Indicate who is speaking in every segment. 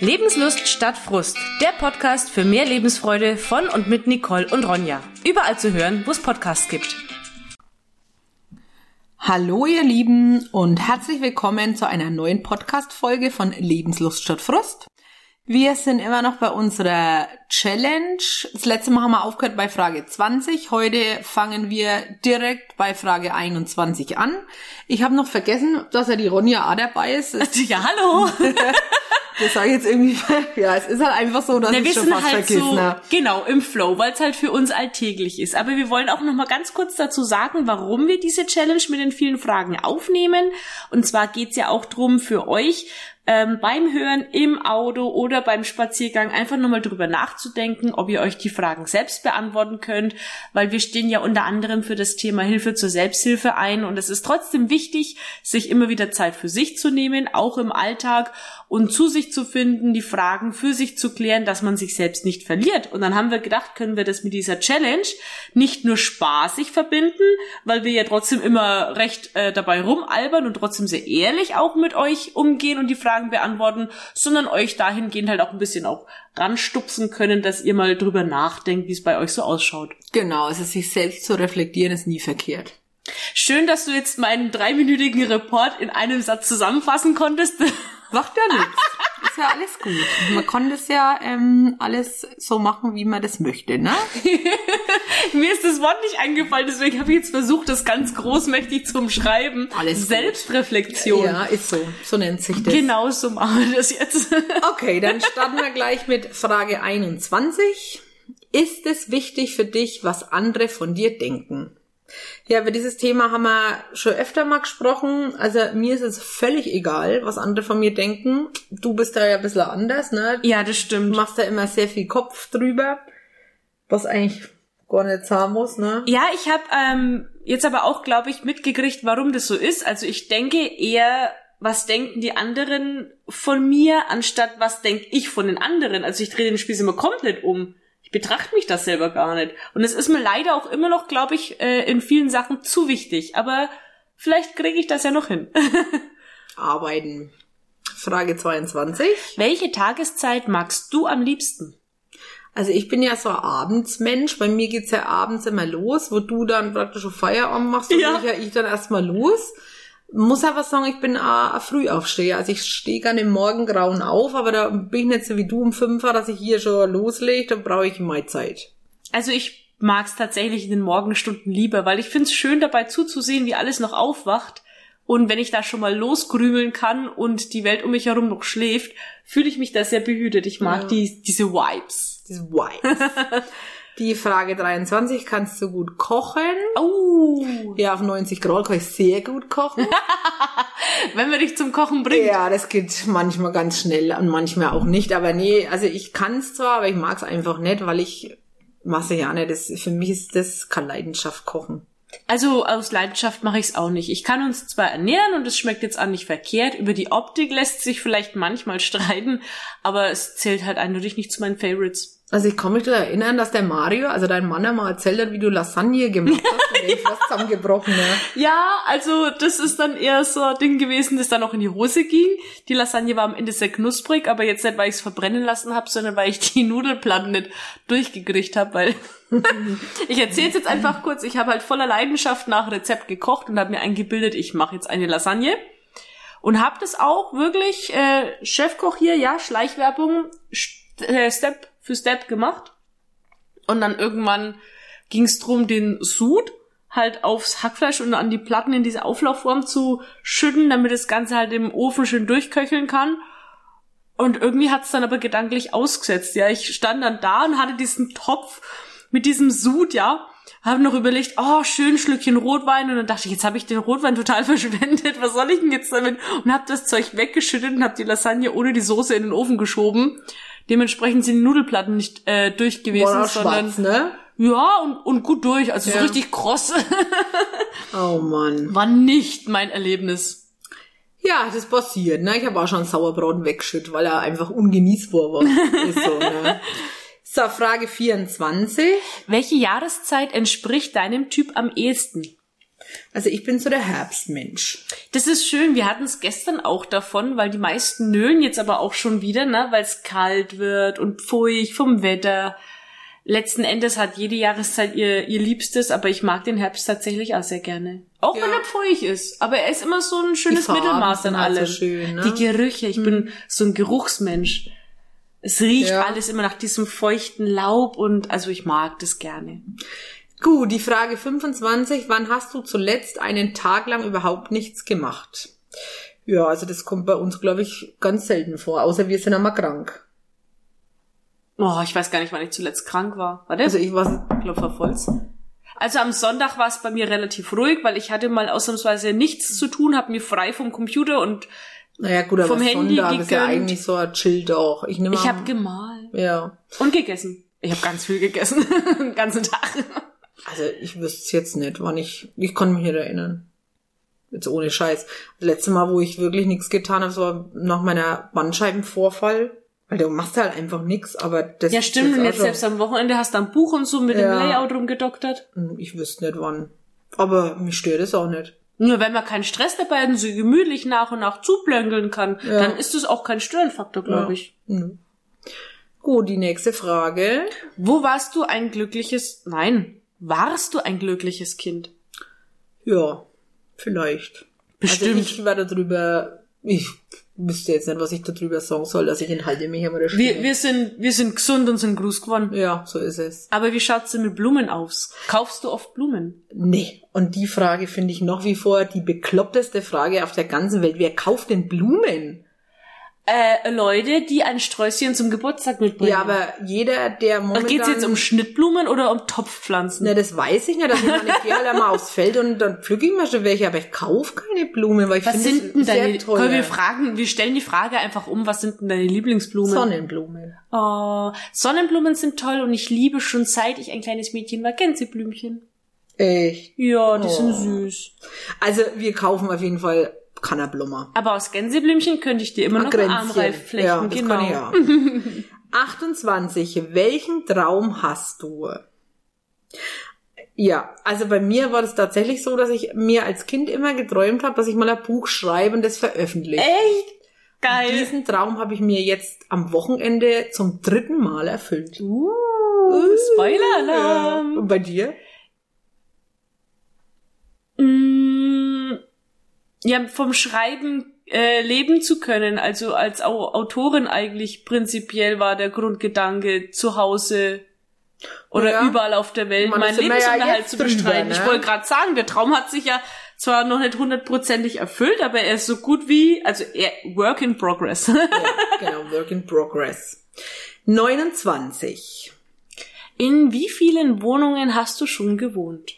Speaker 1: Lebenslust statt Frust. Der Podcast für mehr Lebensfreude von und mit Nicole und Ronja. Überall zu hören, wo es Podcasts gibt.
Speaker 2: Hallo ihr Lieben und herzlich willkommen zu einer neuen Podcast-Folge von Lebenslust statt Frust. Wir sind immer noch bei unserer Challenge. Das letzte Mal haben wir aufgehört bei Frage 20. Heute fangen wir direkt bei Frage 21 an. Ich habe noch vergessen, dass ja die Ronja A dabei ist.
Speaker 1: Ja, hallo.
Speaker 2: Das sage ich jetzt irgendwie, ja, es ist halt einfach so, dass
Speaker 1: Ja, wir
Speaker 2: ich schon
Speaker 1: sind
Speaker 2: fast
Speaker 1: halt
Speaker 2: vergessen
Speaker 1: so,
Speaker 2: habe.
Speaker 1: genau, im Flow, weil es halt für uns alltäglich ist. Aber wir wollen auch nochmal ganz kurz dazu sagen, warum wir diese Challenge mit den vielen Fragen aufnehmen. Und zwar geht's ja auch drum für euch, ähm, beim Hören im Auto oder beim Spaziergang einfach nochmal drüber nachzudenken, ob ihr euch die Fragen selbst beantworten könnt, weil wir stehen ja unter anderem für das Thema Hilfe zur Selbsthilfe ein und es ist trotzdem wichtig, sich immer wieder Zeit für sich zu nehmen, auch im Alltag und zu sich zu finden, die Fragen für sich zu klären, dass man sich selbst nicht verliert. Und dann haben wir gedacht, können wir das mit dieser Challenge nicht nur spaßig verbinden, weil wir ja trotzdem immer recht äh, dabei rumalbern und trotzdem sehr ehrlich auch mit euch umgehen und die Fragen beantworten, sondern euch dahingehend halt auch ein bisschen auch ranstupsen können, dass ihr mal drüber nachdenkt, wie es bei euch so ausschaut.
Speaker 2: Genau, es ist sich selbst zu reflektieren, ist nie verkehrt.
Speaker 1: Schön, dass du jetzt meinen dreiminütigen Report in einem Satz zusammenfassen konntest.
Speaker 2: Macht ja nichts. Ist ja alles gut. Man kann das ja ähm, alles so machen, wie man das möchte, ne?
Speaker 1: Mir ist das Wort nicht eingefallen, deswegen habe ich jetzt versucht, das ganz großmächtig zu umschreiben.
Speaker 2: Alles gut.
Speaker 1: Selbstreflexion.
Speaker 2: ist so. So nennt sich das.
Speaker 1: Genau so machen wir das jetzt.
Speaker 2: Okay, dann starten wir gleich mit Frage 21. Ist es wichtig für dich, was andere von dir denken? Ja, über dieses Thema haben wir schon öfter mal gesprochen. Also mir ist es völlig egal, was andere von mir denken. Du bist da ja ein bisschen anders, ne?
Speaker 1: ja, das
Speaker 2: Du
Speaker 1: stimmt.
Speaker 2: machst da immer sehr viel Kopf drüber, was eigentlich gar nicht sein muss, ne?
Speaker 1: Ja, ich habe ähm, jetzt aber auch, glaube ich, mitgekriegt, warum das so ist. Also ich denke eher, was denken die anderen von mir, anstatt was denke ich von den anderen. Also ich drehe den Spieß immer komplett um. Ich betrachte mich das selber gar nicht. Und es ist mir leider auch immer noch, glaube ich, äh, in vielen Sachen zu wichtig. Aber vielleicht kriege ich das ja noch hin.
Speaker 2: Arbeiten. Frage 22.
Speaker 1: Welche Tageszeit magst du am liebsten?
Speaker 2: Also ich bin ja so ein Abendsmensch. Bei mir geht's ja abends immer los, wo du dann praktisch schon Feierabend machst und
Speaker 1: Ja.
Speaker 2: ich, ja, ich dann erstmal los. Muss aber sagen, ich bin ein ein Frühaufsteher. Also ich stehe gerne im Morgengrauen auf, aber da bin ich nicht so wie du um 5 dass ich hier schon loslege. Da brauche ich meine Zeit.
Speaker 1: Also ich mag's tatsächlich in den Morgenstunden lieber, weil ich find's schön dabei zuzusehen, wie alles noch aufwacht. Und wenn ich da schon mal losgrümeln kann und die Welt um mich herum noch schläft, fühle ich mich da sehr behütet. Ich mag
Speaker 2: Ja.
Speaker 1: die, diese Vibes.
Speaker 2: Das ist wise. Die Frage 23, kannst du gut kochen?
Speaker 1: Oh,
Speaker 2: Ja, auf 90 Grad kann ich sehr gut kochen.
Speaker 1: wenn wir dich zum Kochen bringen.
Speaker 2: ja, das geht manchmal ganz schnell und manchmal auch nicht. Aber nee, also ich kann es zwar, aber ich mag es einfach nicht, weil ich mache ja nicht. Das, für mich ist das keine Leidenschaft kochen.
Speaker 1: Also aus Leidenschaft mache ich's auch nicht. Ich kann uns zwar ernähren und es schmeckt jetzt auch nicht verkehrt. Über die Optik lässt sich vielleicht manchmal streiten, aber es zählt halt eindeutig nicht zu meinen Favorites.
Speaker 2: Also ich kann mich daran erinnern, dass der Mario, also dein Mann, einmal erzählt hat, wie du Lasagne gemacht hast. Und ich fast zusammengebrochen, ne?
Speaker 1: Ja, also das ist dann eher so ein Ding gewesen, das dann auch in die Hose ging. Die Lasagne war am Ende sehr knusprig, aber jetzt nicht, weil ich es verbrennen lassen habe, sondern weil ich die Nudelplatten nicht durchgekriegt habe, weil ich erzähle jetzt einfach kurz. Ich habe halt voller Leidenschaft nach Rezept gekocht und habe mir eingebildet, ich mache jetzt eine Lasagne. Und habe das auch wirklich, äh, Chefkoch hier, ja, Schleichwerbung, St äh, Step für Step gemacht. Und dann irgendwann ging's drum, den Sud halt aufs Hackfleisch und an die Platten in diese Auflaufform zu schütten, damit das Ganze halt im Ofen schön durchköcheln kann. Und irgendwie hat's dann aber gedanklich ausgesetzt. Ja, ich stand dann da und hatte diesen Topf mit diesem Sud, ja. Habe noch überlegt, oh, schön Schlückchen Rotwein. Und dann dachte ich, jetzt habe ich den Rotwein total verschwendet. Was soll ich denn jetzt damit? Und habe das Zeug weggeschüttet und habe die Lasagne ohne die Soße in den Ofen geschoben. Dementsprechend sind die Nudelplatten nicht äh, durch gewesen,
Speaker 2: War auch
Speaker 1: sondern
Speaker 2: schwarz, ne?
Speaker 1: ja, und, und gut durch. Also so
Speaker 2: Ja.
Speaker 1: richtig kross
Speaker 2: Oh Mann.
Speaker 1: war nicht mein Erlebnis.
Speaker 2: Ja, das passiert. Ne? Ich habe auch schon Sauerbraten weggeschüttet, weil er einfach ungenießbar war. Ist so, ne? so, Frage 24.
Speaker 1: Welche Jahreszeit entspricht deinem Typ am ehesten?
Speaker 2: Also ich bin so der Herbstmensch.
Speaker 1: Das ist schön. Wir hatten es gestern auch davon, weil die meisten nölen jetzt aber auch schon wieder, ne, weil es kalt wird und pfuig vom Wetter. Letzten Endes hat jede Jahreszeit ihr, ihr Liebstes, aber ich mag den Herbst tatsächlich auch sehr gerne. Auch
Speaker 2: Ja.
Speaker 1: wenn er pfuig ist. Aber er ist immer so ein schönes
Speaker 2: Farben
Speaker 1: Mittelmaß an
Speaker 2: sind halt so
Speaker 1: allem.
Speaker 2: schön, ne? Hm.
Speaker 1: Die Gerüche, ich bin so ein Geruchsmensch. Es riecht
Speaker 2: Ja.
Speaker 1: alles immer nach diesem feuchten Laub und also ich mag das gerne.
Speaker 2: Gut, die Frage 25. Wann hast du zuletzt einen Tag lang überhaupt nichts gemacht? Ja, also das kommt bei uns, glaube ich, ganz selten vor, außer wir sind einmal krank.
Speaker 1: Oh, ich weiß gar nicht, wann ich zuletzt krank war. War das?
Speaker 2: Also ich war
Speaker 1: Klopfervolz. Also am Sonntag war es bei mir relativ ruhig, weil ich hatte mal ausnahmsweise nichts zu tun, habe mir frei vom Computer und
Speaker 2: Naja, gut, aber
Speaker 1: Vom Handy
Speaker 2: Sonntag ist ja
Speaker 1: gegönnt.
Speaker 2: eigentlich so ein Chill-Doch. Ich nehme
Speaker 1: ich habe
Speaker 2: an-
Speaker 1: gemalt
Speaker 2: Ja.
Speaker 1: Genau. und gegessen. Ich habe ganz viel gegessen, den ganzen Tag.
Speaker 2: Also ich wüsste es jetzt nicht, wann ich. Ich kann mich nicht erinnern. Jetzt ohne Scheiß. Das letzte Mal, wo ich wirklich nichts getan habe, war nach meiner Bandscheibenvorfall. Weil du machst halt einfach nichts, aber das
Speaker 1: Ja
Speaker 2: ist
Speaker 1: stimmt, und
Speaker 2: auch
Speaker 1: jetzt
Speaker 2: schon-
Speaker 1: selbst am Wochenende hast du ein Buch und so mit dem
Speaker 2: Ja.
Speaker 1: Layout rumgedoktert.
Speaker 2: Hm, Ich wüsste nicht wann. Aber mich stört es auch nicht.
Speaker 1: Nur wenn man keinen Stress dabei hat und so gemütlich nach und nach zuplänkeln kann,
Speaker 2: Ja.
Speaker 1: dann ist es auch kein Störenfaktor, glaube
Speaker 2: Ja.
Speaker 1: ich.
Speaker 2: Nö. Hm. Gut, die nächste Frage.
Speaker 1: Wo warst du ein glückliches, nein, warst du ein glückliches Kind?
Speaker 2: Ja, vielleicht.
Speaker 1: Bestimmt.
Speaker 2: Also ich war darüber. Ich wüsste jetzt nicht, was ich darüber sagen soll, dass ich enthalte mich immer der
Speaker 1: Wir,
Speaker 2: Stimme.
Speaker 1: wir sind, wir sind gesund und sind groß geworden.
Speaker 2: ja, so ist es.
Speaker 1: Aber wie schaut's denn mit Blumen aus? Kaufst du oft Blumen?
Speaker 2: Nee, und die Frage finde ich noch wie vor die bekloppteste Frage auf der ganzen Welt. Wer kauft denn Blumen?
Speaker 1: Äh, Leute, die ein Sträußchen zum Geburtstag mitbringen.
Speaker 2: Ja, aber jeder, der
Speaker 1: Ach,
Speaker 2: momentan... Ne,
Speaker 1: geht's jetzt um Schnittblumen oder um Topfpflanzen?
Speaker 2: Na, das weiß ich nicht. dass ich meine, ich gehe halt einmal aufs Feld und dann pflücke ich mir schon welche, aber ich kaufe keine Blumen, weil ich
Speaker 1: was
Speaker 2: finde
Speaker 1: sind denn deine,
Speaker 2: es sehr
Speaker 1: können wir
Speaker 2: teuer.
Speaker 1: fragen, wir stellen die Frage einfach um, was sind denn deine Lieblingsblumen?
Speaker 2: Sonnenblumen.
Speaker 1: Oh, Sonnenblumen sind toll und ich liebe schon seit ich ein kleines Mädchen war Gänseblümchen.
Speaker 2: Echt.
Speaker 1: Ja, die sind
Speaker 2: Oh.
Speaker 1: süß.
Speaker 2: Also wir kaufen auf jeden Fall Kannablumer.
Speaker 1: Aber aus Gänseblümchen könnte ich dir immer
Speaker 2: Ein
Speaker 1: noch einen
Speaker 2: Kränzchen.
Speaker 1: Armreif flechten.
Speaker 2: Ja, das
Speaker 1: genau.
Speaker 2: kann ich ja. 28. Welchen Traum hast du? Ja, also bei mir war das tatsächlich so, dass ich mir als Kind immer geträumt habe, dass ich mal ein Buch schreibe und das veröffentliche.
Speaker 1: Echt? Geil.
Speaker 2: Diesen Traum habe ich mir jetzt am Wochenende zum dritten Mal erfüllt.
Speaker 1: Uh, Spoiler-Alarm.
Speaker 2: Ja. Und bei dir?
Speaker 1: Mm, ja, vom Schreiben äh, leben zu können. Also als Au Autorin eigentlich prinzipiell war der Grundgedanke zu Hause oder
Speaker 2: Ja.
Speaker 1: überall auf der Welt
Speaker 2: Man, da
Speaker 1: meinen
Speaker 2: sind wir ja
Speaker 1: Lebensunterhalt
Speaker 2: jetzt
Speaker 1: zu bestreiten.
Speaker 2: drüber, ne?
Speaker 1: Ich wollte gerade sagen, der Traum hat sich ja zwar noch nicht hundertprozentig erfüllt, aber er ist so gut wie, also er, Work in Progress.
Speaker 2: Ja, genau, Work in Progress. 29.
Speaker 1: in wie vielen Wohnungen hast du schon gewohnt?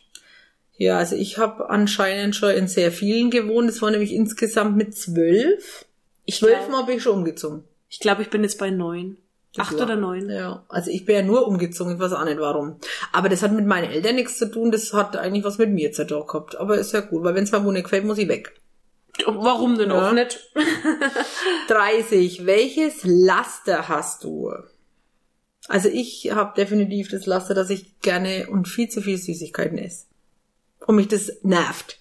Speaker 2: Ja, also ich habe anscheinend schon in sehr vielen gewohnt. Es war nämlich insgesamt mit zwölf.
Speaker 1: Ich
Speaker 2: Zwölf
Speaker 1: glaube,
Speaker 2: Mal bin ich schon umgezogen.
Speaker 1: ich, glaub, ich bin jetzt bei neun.
Speaker 2: Das
Speaker 1: Acht
Speaker 2: war-
Speaker 1: oder neun.
Speaker 2: Ja, also ich bin ja nur umgezogen, ich weiß auch nicht warum. Aber das hat mit meinen Eltern nichts zu tun, das hat eigentlich was mit mir zu tun gehabt. Aber ist ja gut, weil wenn es mir wo nicht gefällt, muss ich weg.
Speaker 1: Warum denn
Speaker 2: Ja.
Speaker 1: auch nicht?
Speaker 2: 30. Welches Laster hast du? Also ich habe definitiv das Laster, dass ich gerne und viel zu viel Süßigkeiten esse. Und mich das nervt.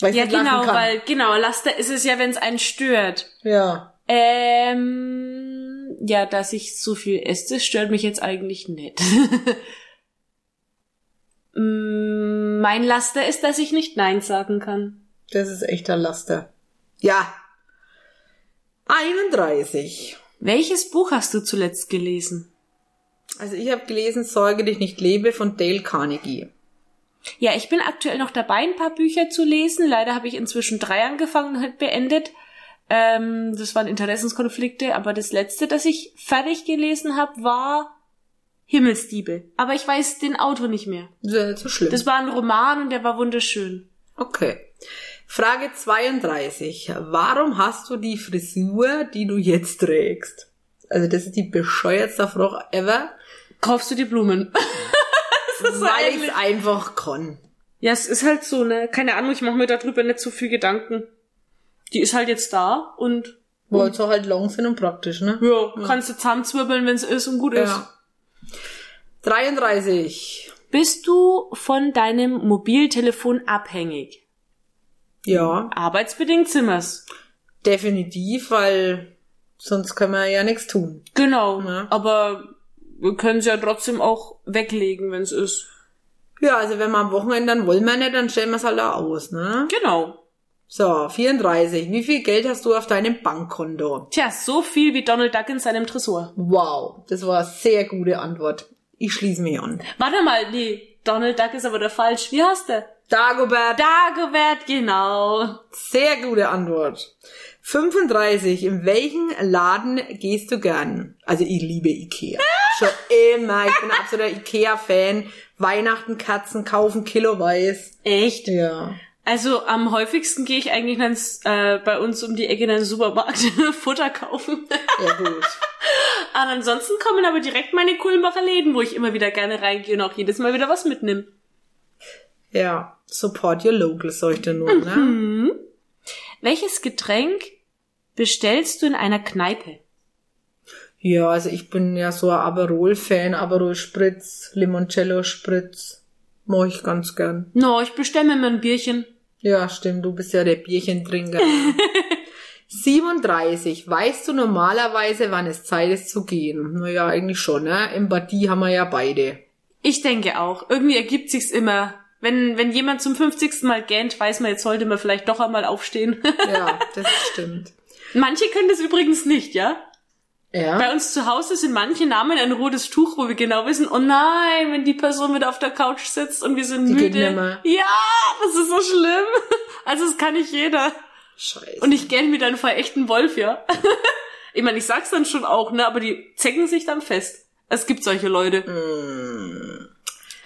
Speaker 2: Weil ich
Speaker 1: Ja,
Speaker 2: nicht lachen
Speaker 1: genau,
Speaker 2: kann.
Speaker 1: weil, genau, Laster ist es ja, wenn es einen stört.
Speaker 2: Ja.
Speaker 1: Ähm, ja, dass ich so viel esse, das stört mich jetzt eigentlich nicht. Mm, mein Laster ist, dass ich nicht Nein sagen kann.
Speaker 2: Das ist echter Laster. Ja. 31.
Speaker 1: Welches Buch hast du zuletzt gelesen?
Speaker 2: Also ich habe gelesen Sorge dich nicht lebe von Dale Carnegie.
Speaker 1: Ja, ich bin aktuell noch dabei, ein paar Bücher zu lesen. Leider habe ich inzwischen drei angefangen und beendet. Ähm, das waren Interessenskonflikte, aber das letzte, das ich fertig gelesen habe, war Himmelsdiebe. Aber ich weiß den Autor nicht mehr.
Speaker 2: Das ist ja nicht so schlimm.
Speaker 1: Das war ein Roman und der war wunderschön.
Speaker 2: okay. Frage 32. Warum hast du die Frisur, die du jetzt trägst? Also das ist die bescheuertste Frage ever,
Speaker 1: Kaufst du die Blumen? Das ist so
Speaker 2: weil ich
Speaker 1: ähnlich.
Speaker 2: es einfach kann.
Speaker 1: ja, es ist halt so, ne? Keine Ahnung, ich mache mir darüber nicht so viel Gedanken. Die ist halt jetzt da und
Speaker 2: Weil es auch halt lang sind und praktisch, ne?
Speaker 1: ja, kannst du zusammenzwirbeln, wenn es ist und gut ist.
Speaker 2: Ja. 33.
Speaker 1: Bist du von deinem Mobiltelefon abhängig?
Speaker 2: Ja,
Speaker 1: Arbeitsbedingt sind wir's.
Speaker 2: definitiv, weil sonst können wir ja nichts tun.
Speaker 1: Genau.
Speaker 2: Ja.
Speaker 1: Aber wir können es ja trotzdem auch weglegen, wenn es ist.
Speaker 2: Ja, also wenn wir am Wochenende dann wollen wir nicht, dann stellen wir es halt da aus, ne?
Speaker 1: Genau.
Speaker 2: So, 34. Wie viel Geld hast du auf deinem Bankkonto?
Speaker 1: Tja, so viel wie Donald Duck in seinem Tresor.
Speaker 2: Wow, das war eine sehr gute Antwort. Ich schließe mich an.
Speaker 1: Warte mal, nee, Donald Duck ist aber der falsch. Wie heißt der?
Speaker 2: Dagobert,
Speaker 1: Dagobert, genau.
Speaker 2: sehr gute Antwort. 35. In welchen Laden gehst du gern? Also ich liebe Ikea. Schon immer. Ich bin ein absoluter Ikea-Fan. Weihnachten, Katzen, kaufen, Kilo weiß.
Speaker 1: Echt?
Speaker 2: Ja.
Speaker 1: Also am häufigsten gehe ich eigentlich dann, äh, bei uns um die Ecke in den Supermarkt Futter kaufen.
Speaker 2: Ja gut.
Speaker 1: Aber ansonsten kommen aber direkt meine Kulmbacher Läden, wo ich immer wieder gerne reingehe und auch jedes Mal wieder was mitnehme.
Speaker 2: Ja. Support your local, soll ich denn nur, ne?
Speaker 1: Hm. Welches Getränk bestellst du in einer Kneipe?
Speaker 2: Ja, also ich bin ja so ein Aperol-Fan. Aperol-Spritz, Limoncello-Spritz. Mag ich ganz gern.
Speaker 1: No, ich bestelle mir mal ein Bierchen.
Speaker 2: Ja, stimmt, du bist ja der Bierchentrinker. 37. Weißt du normalerweise, wann es Zeit ist zu gehen? Naja, eigentlich schon, ne? Empathie haben wir ja beide.
Speaker 1: Ich denke auch. Irgendwie ergibt sich's immer. Wenn, wenn jemand zum 50. Mal gähnt, weiß man, jetzt sollte man vielleicht doch einmal aufstehen.
Speaker 2: Ja, das stimmt.
Speaker 1: Manche können das übrigens nicht, ja?
Speaker 2: Ja.
Speaker 1: Bei uns zu Hause sind manche Namen ein rotes Tuch, wo wir genau wissen, oh nein, wenn die Person wieder auf der Couch sitzt und wir sind
Speaker 2: Die geht
Speaker 1: müde.
Speaker 2: nimmer.
Speaker 1: Ja, das ist so schlimm. Also das kann nicht jeder.
Speaker 2: Scheiße.
Speaker 1: Und ich gähn mir dann vor echten Wolf, ja. ich meine, ich sag's dann schon auch, ne, aber die zecken sich dann fest. Es gibt solche Leute.
Speaker 2: Hm.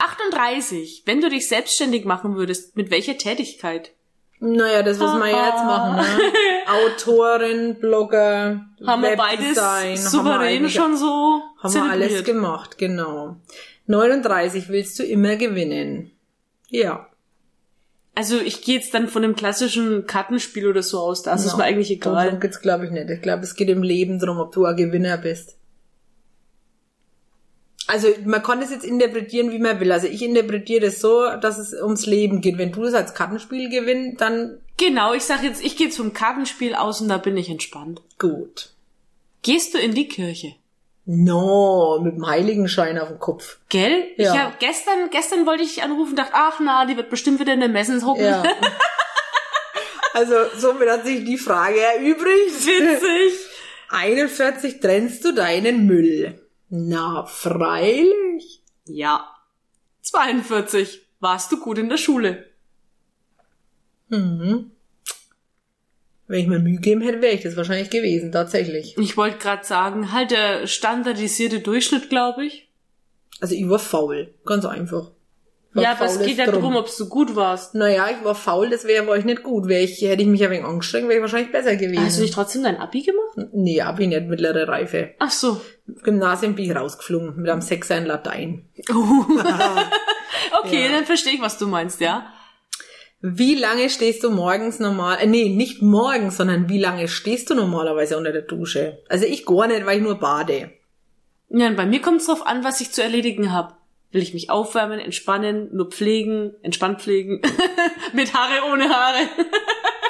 Speaker 1: 38. Wenn du dich selbstständig machen würdest, mit welcher Tätigkeit?
Speaker 2: Naja, das müssen wir jetzt machen, ne? Autorin, Blogger,
Speaker 1: Haben wir beides
Speaker 2: Webdesign, haben wir
Speaker 1: souverän
Speaker 2: eigentlich-
Speaker 1: schon so
Speaker 2: Haben wir alles
Speaker 1: zelebriert.
Speaker 2: gemacht, genau. 39. Willst du immer gewinnen? Ja.
Speaker 1: Also ich gehe jetzt dann von einem klassischen Kartenspiel oder so aus, da ist es
Speaker 2: Ja.
Speaker 1: mir eigentlich
Speaker 2: Genau. Darum
Speaker 1: egal.
Speaker 2: geht's, glaube ich, nicht. Ich glaube, es geht im Leben drum, ob du ein Gewinner bist. Also man kann das jetzt interpretieren, wie man will. Also ich interpretiere das so, dass es ums Leben geht. Wenn du das als Kartenspiel gewinnst, dann
Speaker 1: Genau, ich sag jetzt, ich gehe zum Kartenspiel aus und da bin ich entspannt.
Speaker 2: gut.
Speaker 1: Gehst du in die Kirche?
Speaker 2: No, mit dem Heiligenschein auf dem Kopf.
Speaker 1: Gell?
Speaker 2: Ja.
Speaker 1: Ich hab gestern, gestern wollte ich dich anrufen, dachte, ach na, die wird bestimmt wieder in der Messen hocken.
Speaker 2: Ja. also somit hat sich die Frage erübrigt.
Speaker 1: Witzig.
Speaker 2: 41 trennst du deinen Müll. Na, freilich.
Speaker 1: Ja. 42. Warst du gut in der Schule?
Speaker 2: Mhm. Wenn ich mir Mühe gegeben hätte, wäre ich das wahrscheinlich gewesen, tatsächlich.
Speaker 1: Ich wollte gerade sagen, halt der standardisierte Durchschnitt, glaube ich.
Speaker 2: Also ich war faul, ganz einfach. War
Speaker 1: ja, aber es
Speaker 2: faules
Speaker 1: geht ja darum, ob du gut warst.
Speaker 2: Naja, ich war faul, deswegen war ich nicht gut. Wär ich, hätte ich mich ein wenig angestrengt, wäre ich wahrscheinlich besser gewesen.
Speaker 1: Hast du nicht trotzdem dein Abi gemacht?
Speaker 2: nee, hab ich nicht, mittlere Reife.
Speaker 1: Ach so.
Speaker 2: Im Gymnasium bin ich rausgeflogen, mit einem Sechser in Latein.
Speaker 1: Okay,
Speaker 2: Ja.
Speaker 1: dann verstehe ich, was du meinst, ja?
Speaker 2: Wie lange stehst du morgens normal, äh, nee, nicht morgens, sondern wie lange stehst du normalerweise unter der Dusche? Also ich gar nicht, weil ich nur bade.
Speaker 1: Ja, und bei mir kommt es drauf an, was ich zu erledigen habe. Will ich mich aufwärmen, entspannen, nur pflegen, entspannt pflegen, mit Haare, ohne Haare.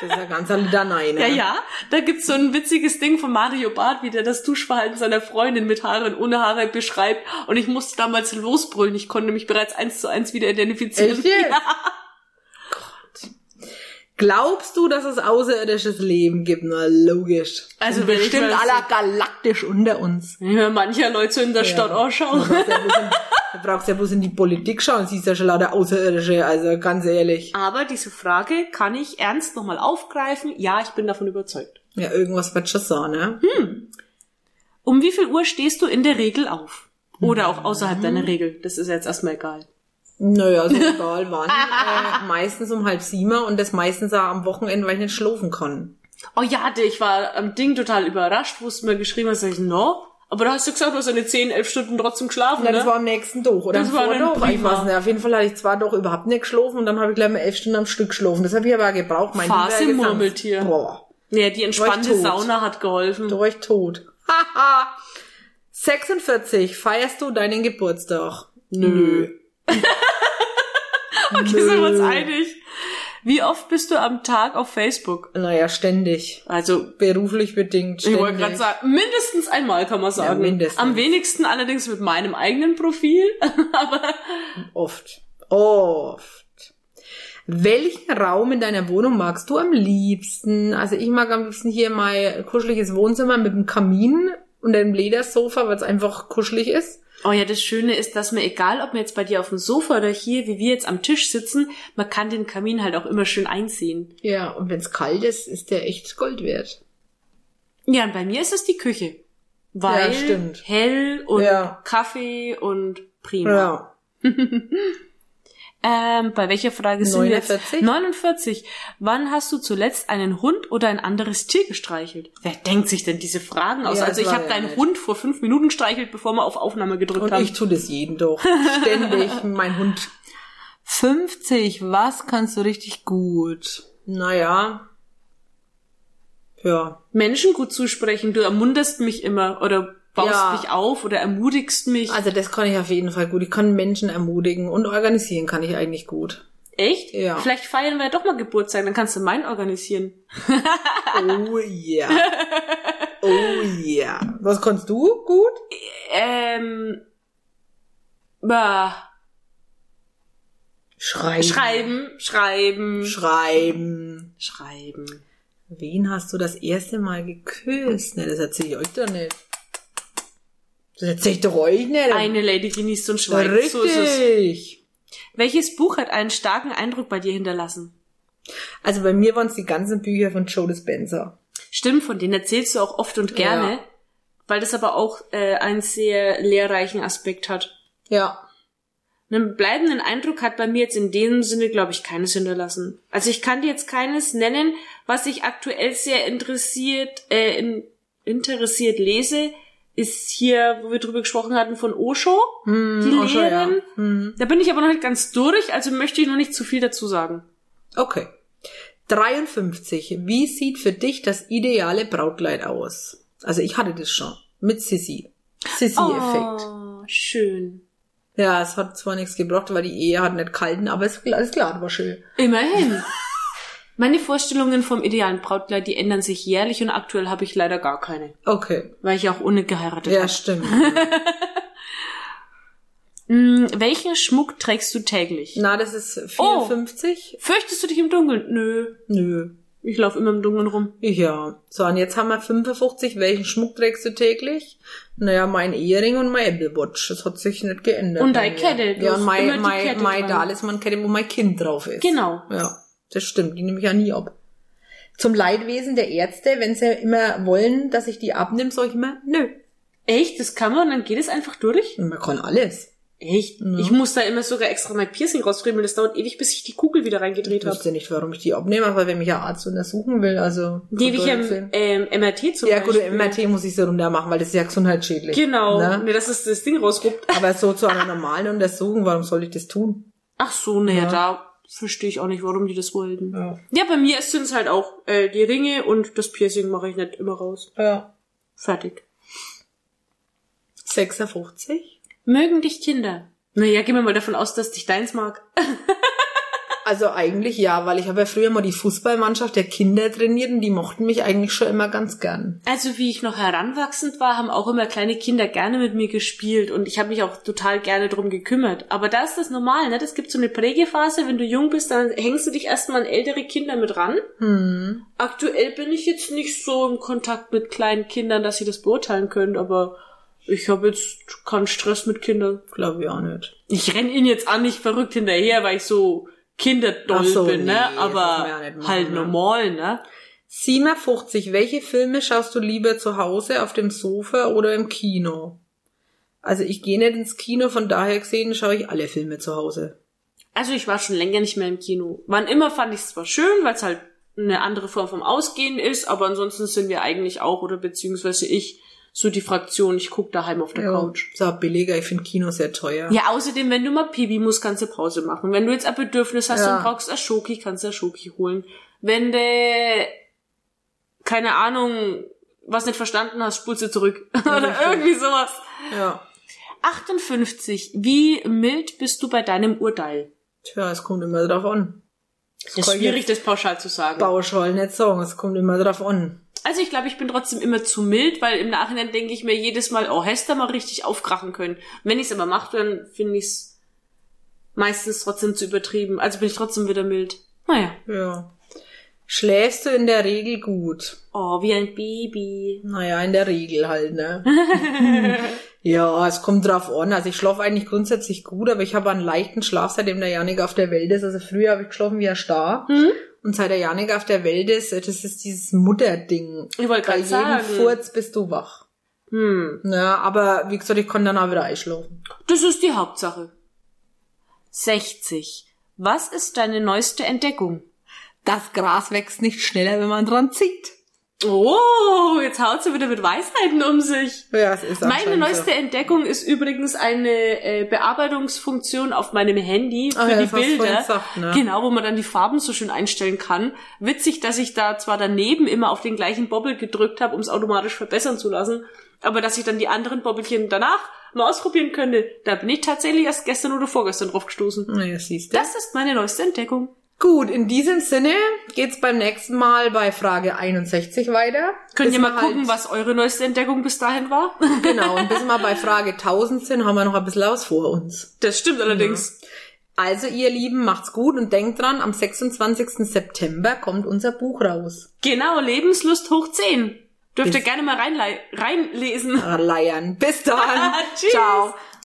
Speaker 2: Das ist ja ganz eine Litanei, ne?
Speaker 1: Ja, ja, da gibt's so ein witziges Ding von Mario Barth, wie der das Duschverhalten seiner Freundin mit Haare und ohne Haare beschreibt. Und ich musste damals losbrüllen. Ich konnte mich bereits eins zu eins wieder identifizieren.
Speaker 2: Echt jetzt? Gott. Glaubst du, dass es außerirdisches Leben gibt? Na, logisch.
Speaker 1: Also,
Speaker 2: Sind
Speaker 1: wenn ich
Speaker 2: bestimmt
Speaker 1: mal so-
Speaker 2: aller galaktisch unter uns.
Speaker 1: Ja, mancher Leute so in der Stadt
Speaker 2: Da
Speaker 1: ausschauen.
Speaker 2: brauchst du ja bloß in- da brauchst du ja bloß in die Politik schauen, siehst ja schon lauter Außerirdische, also ganz ehrlich.
Speaker 1: Aber diese Frage kann ich ernst nochmal aufgreifen. Ja, ich bin davon überzeugt.
Speaker 2: Ja, irgendwas wird schon sein, ne?
Speaker 1: Hm? Um wie viel Uhr stehst du in der Regel auf? Oder auch außerhalb deiner Regel. Das ist jetzt erstmal egal.
Speaker 2: Naja, so egal wann. äh, meistens um halb sieben und das meistens auch am Wochenende, weil ich nicht schlafen kann.
Speaker 1: Oh ja, ich war am Ding total überrascht, wo du mir geschrieben hast, sag ich, no. Aber da hast du gesagt, du hast eine 10, 11 Stunden trotzdem geschlafen,
Speaker 2: Ja,
Speaker 1: ne?
Speaker 2: das war am nächsten Tag oder
Speaker 1: Das
Speaker 2: am
Speaker 1: war dann
Speaker 2: Vortag, ich
Speaker 1: prima.
Speaker 2: weiß nicht. Auf jeden Fall hatte ich zwar doch überhaupt nicht geschlafen und dann habe ich gleich mal elf Stunden am Stück geschlafen. Das habe ich aber gebraucht. Mein
Speaker 1: Phase
Speaker 2: lieber Gesamt-
Speaker 1: Murmeltier.
Speaker 2: Boah,
Speaker 1: Ja, die entspannte
Speaker 2: War ich tot.
Speaker 1: Sauna hat geholfen.
Speaker 2: da war ich tot. Haha. 46. Feierst du deinen Geburtstag? Nö.
Speaker 1: Okay, sind wir uns einig. Wie oft bist du am Tag auf Facebook?
Speaker 2: Naja, ständig.
Speaker 1: Also,
Speaker 2: Beruflich bedingt
Speaker 1: ich
Speaker 2: ständig.
Speaker 1: wollte gerade sagen, mindestens einmal kann man sagen.
Speaker 2: mindestens.
Speaker 1: Am wenigsten allerdings mit meinem eigenen Profil.
Speaker 2: Oft. Oft. Welchen Raum in deiner Wohnung magst du am liebsten? Also ich mag am liebsten hier mein kuscheliges Wohnzimmer mit einem Kamin und einem Ledersofa, weil es einfach kuschelig ist.
Speaker 1: Oh ja, das Schöne ist, dass mir egal, ob wir jetzt bei dir auf dem Sofa oder hier, wie wir jetzt am Tisch sitzen, man kann den Kamin halt auch immer schön einsehen.
Speaker 2: Ja, und wenn es kalt ist, ist der echt Gold wert.
Speaker 1: Ja, und bei mir ist es die Küche. Weil
Speaker 2: Ja, stimmt.
Speaker 1: hell und
Speaker 2: Ja.
Speaker 1: Kaffee und prima.
Speaker 2: Ja.
Speaker 1: Ähm, bei welcher Frage sind wir jetzt?
Speaker 2: 49?
Speaker 1: 49. Wann hast du zuletzt einen Hund oder ein anderes Tier gestreichelt? Wer denkt sich denn diese Fragen aus?
Speaker 2: Ja,
Speaker 1: also
Speaker 2: das
Speaker 1: ich
Speaker 2: war
Speaker 1: habe
Speaker 2: ja
Speaker 1: deinen
Speaker 2: nett.
Speaker 1: Hund vor fünf Minuten gestreichelt, bevor wir auf Aufnahme gedrückt
Speaker 2: Und
Speaker 1: haben.
Speaker 2: ich tue das jeden doch. Ständig. mein Hund. 50. Was kannst du richtig gut? Naja. Ja.
Speaker 1: Menschen gut zusprechen. Du ermunterst mich immer oder baust
Speaker 2: Ja.
Speaker 1: mich auf oder ermutigst mich.
Speaker 2: Also das kann ich auf jeden Fall gut. Ich kann Menschen ermutigen und organisieren kann ich eigentlich gut.
Speaker 1: Echt?
Speaker 2: Ja.
Speaker 1: Vielleicht feiern wir ja doch mal Geburtstag, dann kannst du meinen organisieren.
Speaker 2: Oh ja. Oh ja. Was kannst du gut?
Speaker 1: Ähm. Bah.
Speaker 2: Schreiben.
Speaker 1: Schreiben, schreiben,
Speaker 2: Schreiben.
Speaker 1: schreiben.
Speaker 2: Wen hast du das erste Mal geküsst? Ne, das erzähl ich euch doch nicht. Das erzähl ich doch euch nicht.
Speaker 1: Eine Lady genießt und schweigt.
Speaker 2: Richtig.
Speaker 1: So ist es. Welches Buch hat einen starken Eindruck bei dir hinterlassen?
Speaker 2: Also bei mir waren es die ganzen Bücher von Joe Dispenza.
Speaker 1: Stimmt, von denen erzählst du auch oft und gerne,
Speaker 2: Ja.
Speaker 1: weil das aber auch äh, einen sehr lehrreichen Aspekt hat.
Speaker 2: Ja.
Speaker 1: Einen bleibenden Eindruck hat bei mir jetzt in dem Sinne, glaube ich, keines hinterlassen. Also ich kann dir jetzt keines nennen, was ich aktuell sehr interessiert, äh, in, interessiert lese, ist hier, wo wir drüber gesprochen hatten, von Osho.
Speaker 2: Hm,
Speaker 1: Die
Speaker 2: auch schon, ja.
Speaker 1: Lehren?
Speaker 2: Hm.
Speaker 1: Da bin ich aber noch nicht ganz durch, also möchte ich noch nicht zu viel dazu sagen.
Speaker 2: Okay. 53. Wie sieht für dich das ideale Brautkleid aus? Also ich hatte das schon. Mit Sissy. Sissy-Effekt.
Speaker 1: Oh, schön.
Speaker 2: Ja, es hat zwar nichts gebracht, weil die Ehe hat nicht kalten, aber es alles klar, war schön.
Speaker 1: Immerhin. Meine Vorstellungen vom idealen Brautkleid, die ändern sich jährlich und aktuell habe ich leider gar keine,
Speaker 2: Okay.
Speaker 1: weil ich auch ohne geheiratet
Speaker 2: Ja,
Speaker 1: habe.
Speaker 2: stimmt.
Speaker 1: Hm, welchen Schmuck trägst du täglich?
Speaker 2: Na, das ist
Speaker 1: Oh.
Speaker 2: 54?
Speaker 1: Fürchtest du dich im Dunkeln? Nö.
Speaker 2: Nö.
Speaker 1: Ich laufe immer im Dunkeln rum.
Speaker 2: Ja. So, und jetzt haben wir 55. Welchen Schmuck trägst du täglich? Naja, mein Ehering und mein Apple Watch. Das hat sich nicht geändert.
Speaker 1: Und
Speaker 2: bei
Speaker 1: deine
Speaker 2: mir.
Speaker 1: Kette. Du
Speaker 2: Ja,
Speaker 1: hast
Speaker 2: und mein,
Speaker 1: immer die
Speaker 2: mein,
Speaker 1: Kette
Speaker 2: mein
Speaker 1: dran.
Speaker 2: Talisman-Kette, wo mein Kind drauf ist.
Speaker 1: Genau.
Speaker 2: Ja, das stimmt. Die nehme ich ja nie ab. Zum Leidwesen der Ärzte, wenn sie immer wollen, dass ich die abnehme, sage ich immer, nö.
Speaker 1: Echt? Das kann man und dann geht es einfach durch?
Speaker 2: Man kann alles.
Speaker 1: Echt?
Speaker 2: Ja.
Speaker 1: Ich muss da immer sogar extra mein Piercing rausfriemeln. Das dauert ewig, bis ich die Kugel wieder reingedreht
Speaker 2: Ich
Speaker 1: habe.
Speaker 2: wüsste nicht, warum ich die abnehme, aber wenn mich ein Arzt untersuchen will, also.
Speaker 1: Die ich
Speaker 2: Kontrolle
Speaker 1: im
Speaker 2: sehen.
Speaker 1: ähm, MRT zum
Speaker 2: Ja, gut,
Speaker 1: Beispiel.
Speaker 2: im MRT muss ich sie runter machen, weil das ist ja gesundheitsschädlich.
Speaker 1: Genau. Ne?
Speaker 2: Ne?
Speaker 1: dass es das Ding rausruppt.
Speaker 2: Aber so zu
Speaker 1: Ah.
Speaker 2: einer normalen Untersuchung, warum soll ich das tun?
Speaker 1: Ach so, naja,
Speaker 2: Ja.
Speaker 1: da verstehe ich auch nicht, warum die das wollten.
Speaker 2: Ja.
Speaker 1: Ja, bei mir sind es halt auch äh, die Ringe und das Piercing mache ich nicht immer raus.
Speaker 2: ja.
Speaker 1: Fertig.
Speaker 2: 56?
Speaker 1: Mögen dich Kinder? Naja, gehen wir mal davon aus, dass dich deins mag.
Speaker 2: Also eigentlich ja, weil ich habe ja früher mal die Fußballmannschaft der Kinder trainiert und die mochten mich eigentlich schon immer ganz gern.
Speaker 1: Also wie ich noch heranwachsend war, haben auch immer kleine Kinder gerne mit mir gespielt und ich habe mich auch total gerne drum gekümmert. Aber da ist das normal, ne? Es gibt so eine Prägephase, wenn du jung bist, dann hängst du dich erstmal an ältere Kinder mit ran.
Speaker 2: Hm.
Speaker 1: Aktuell bin ich jetzt nicht so im Kontakt mit kleinen Kindern, dass sie das beurteilen können, aber ich habe jetzt keinen Stress mit Kindern.
Speaker 2: Glaube ich auch nicht.
Speaker 1: Ich renn ihnen jetzt auch nicht verrückt hinterher, weil ich so kinderdoll
Speaker 2: Ach so,
Speaker 1: bin,
Speaker 2: nee,
Speaker 1: ne?
Speaker 2: das muss man ja
Speaker 1: Aber
Speaker 2: nicht machen,
Speaker 1: halt
Speaker 2: ne?
Speaker 1: normal, ne?
Speaker 2: 57. Welche Filme schaust du lieber zu Hause, auf dem Sofa oder im Kino? Also ich gehe nicht ins Kino, von daher gesehen schaue ich alle Filme zu Hause.
Speaker 1: Also ich war schon länger nicht mehr im Kino. Wann immer fand ich es zwar schön, weil es halt eine andere Form vom Ausgehen ist, aber ansonsten sind wir eigentlich auch, oder beziehungsweise ich, so die Fraktion, ich guck daheim auf der Couch.
Speaker 2: So billiger, ich finde Kino sehr teuer.
Speaker 1: Ja, außerdem, wenn du mal Pibi musst, kannst du Pause machen. Wenn du jetzt ein Bedürfnis hast
Speaker 2: Ja.
Speaker 1: und brauchst ein Schoki, kannst du ein Schoki holen. Wenn du, keine Ahnung, was nicht verstanden hast, spulst du zurück. Oder
Speaker 2: richtig.
Speaker 1: irgendwie sowas.
Speaker 2: Ja.
Speaker 1: 58. Wie mild bist du bei deinem Urteil?
Speaker 2: Tja, es kommt immer drauf an.
Speaker 1: Das ist schwierig, das pauschal zu sagen.
Speaker 2: Pauschal nicht sagen, es kommt immer drauf an.
Speaker 1: Also ich glaube, ich bin trotzdem immer zu mild, weil im Nachhinein denke ich mir jedes Mal, oh, hättest du mal richtig aufkrachen können. Wenn ich es aber mache, dann finde ich es meistens trotzdem zu übertrieben. Also bin ich trotzdem wieder mild. Naja.
Speaker 2: Ja. Schläfst du in der Regel gut?
Speaker 1: Oh, wie ein Baby.
Speaker 2: Naja, in der Regel halt, ne? ja, es kommt drauf an. Also ich schlafe eigentlich grundsätzlich gut, aber ich habe einen leichten Schlaf, seitdem der Janik auf der Welt ist. Also früher habe ich geschlafen wie ein Star.
Speaker 1: Mhm.
Speaker 2: Und seit der Janik auf der Welt ist, das ist dieses Mutterding.
Speaker 1: Ich wollte gerade
Speaker 2: Bei jedem
Speaker 1: sagen.
Speaker 2: Furz bist du wach.
Speaker 1: Hm.
Speaker 2: Ja, aber wie gesagt, ich kann dann auch wieder einschlafen.
Speaker 1: Das ist die Hauptsache. 60. Was ist deine neueste Entdeckung?
Speaker 2: Das Gras wächst nicht schneller, wenn man dran zieht.
Speaker 1: Oh, jetzt haut sie wieder mit Weisheiten um sich.
Speaker 2: Ja, es ist
Speaker 1: Meine
Speaker 2: anscheinend
Speaker 1: neueste Entdeckung ist übrigens eine äh, Bearbeitungsfunktion auf meinem Handy für
Speaker 2: Ah ja,
Speaker 1: die
Speaker 2: das hast du vorhin
Speaker 1: Bilder.
Speaker 2: gesagt, ne?
Speaker 1: Genau, wo man dann die Farben so schön einstellen kann. Witzig, dass ich da zwar daneben immer auf den gleichen Bobbel gedrückt habe, um es automatisch verbessern zu lassen, aber dass ich dann die anderen Bobbelchen danach mal ausprobieren könnte, da bin ich tatsächlich erst gestern oder vorgestern drauf gestoßen.
Speaker 2: so. Naja, siehst du.
Speaker 1: Das ist meine neueste Entdeckung.
Speaker 2: Gut, in diesem Sinne geht's beim nächsten Mal bei Frage 61 weiter.
Speaker 1: Könnt
Speaker 2: Bis
Speaker 1: ihr mal
Speaker 2: wir
Speaker 1: gucken, was eure neueste Entdeckung bis dahin war?
Speaker 2: Genau, und bis wir bei Frage 1000 sind, haben wir noch ein bisschen was vor uns.
Speaker 1: Das stimmt allerdings.
Speaker 2: Also, ihr Lieben, macht's gut und denkt dran, am 26. September kommt unser Buch raus.
Speaker 1: Genau, Lebenslust hoch 10. Dürft ihr
Speaker 2: Bis-
Speaker 1: gerne mal reinlei- reinlesen.
Speaker 2: Ah, Äh, Leiern. Bis dann.
Speaker 1: Tschüss.
Speaker 2: Ciao.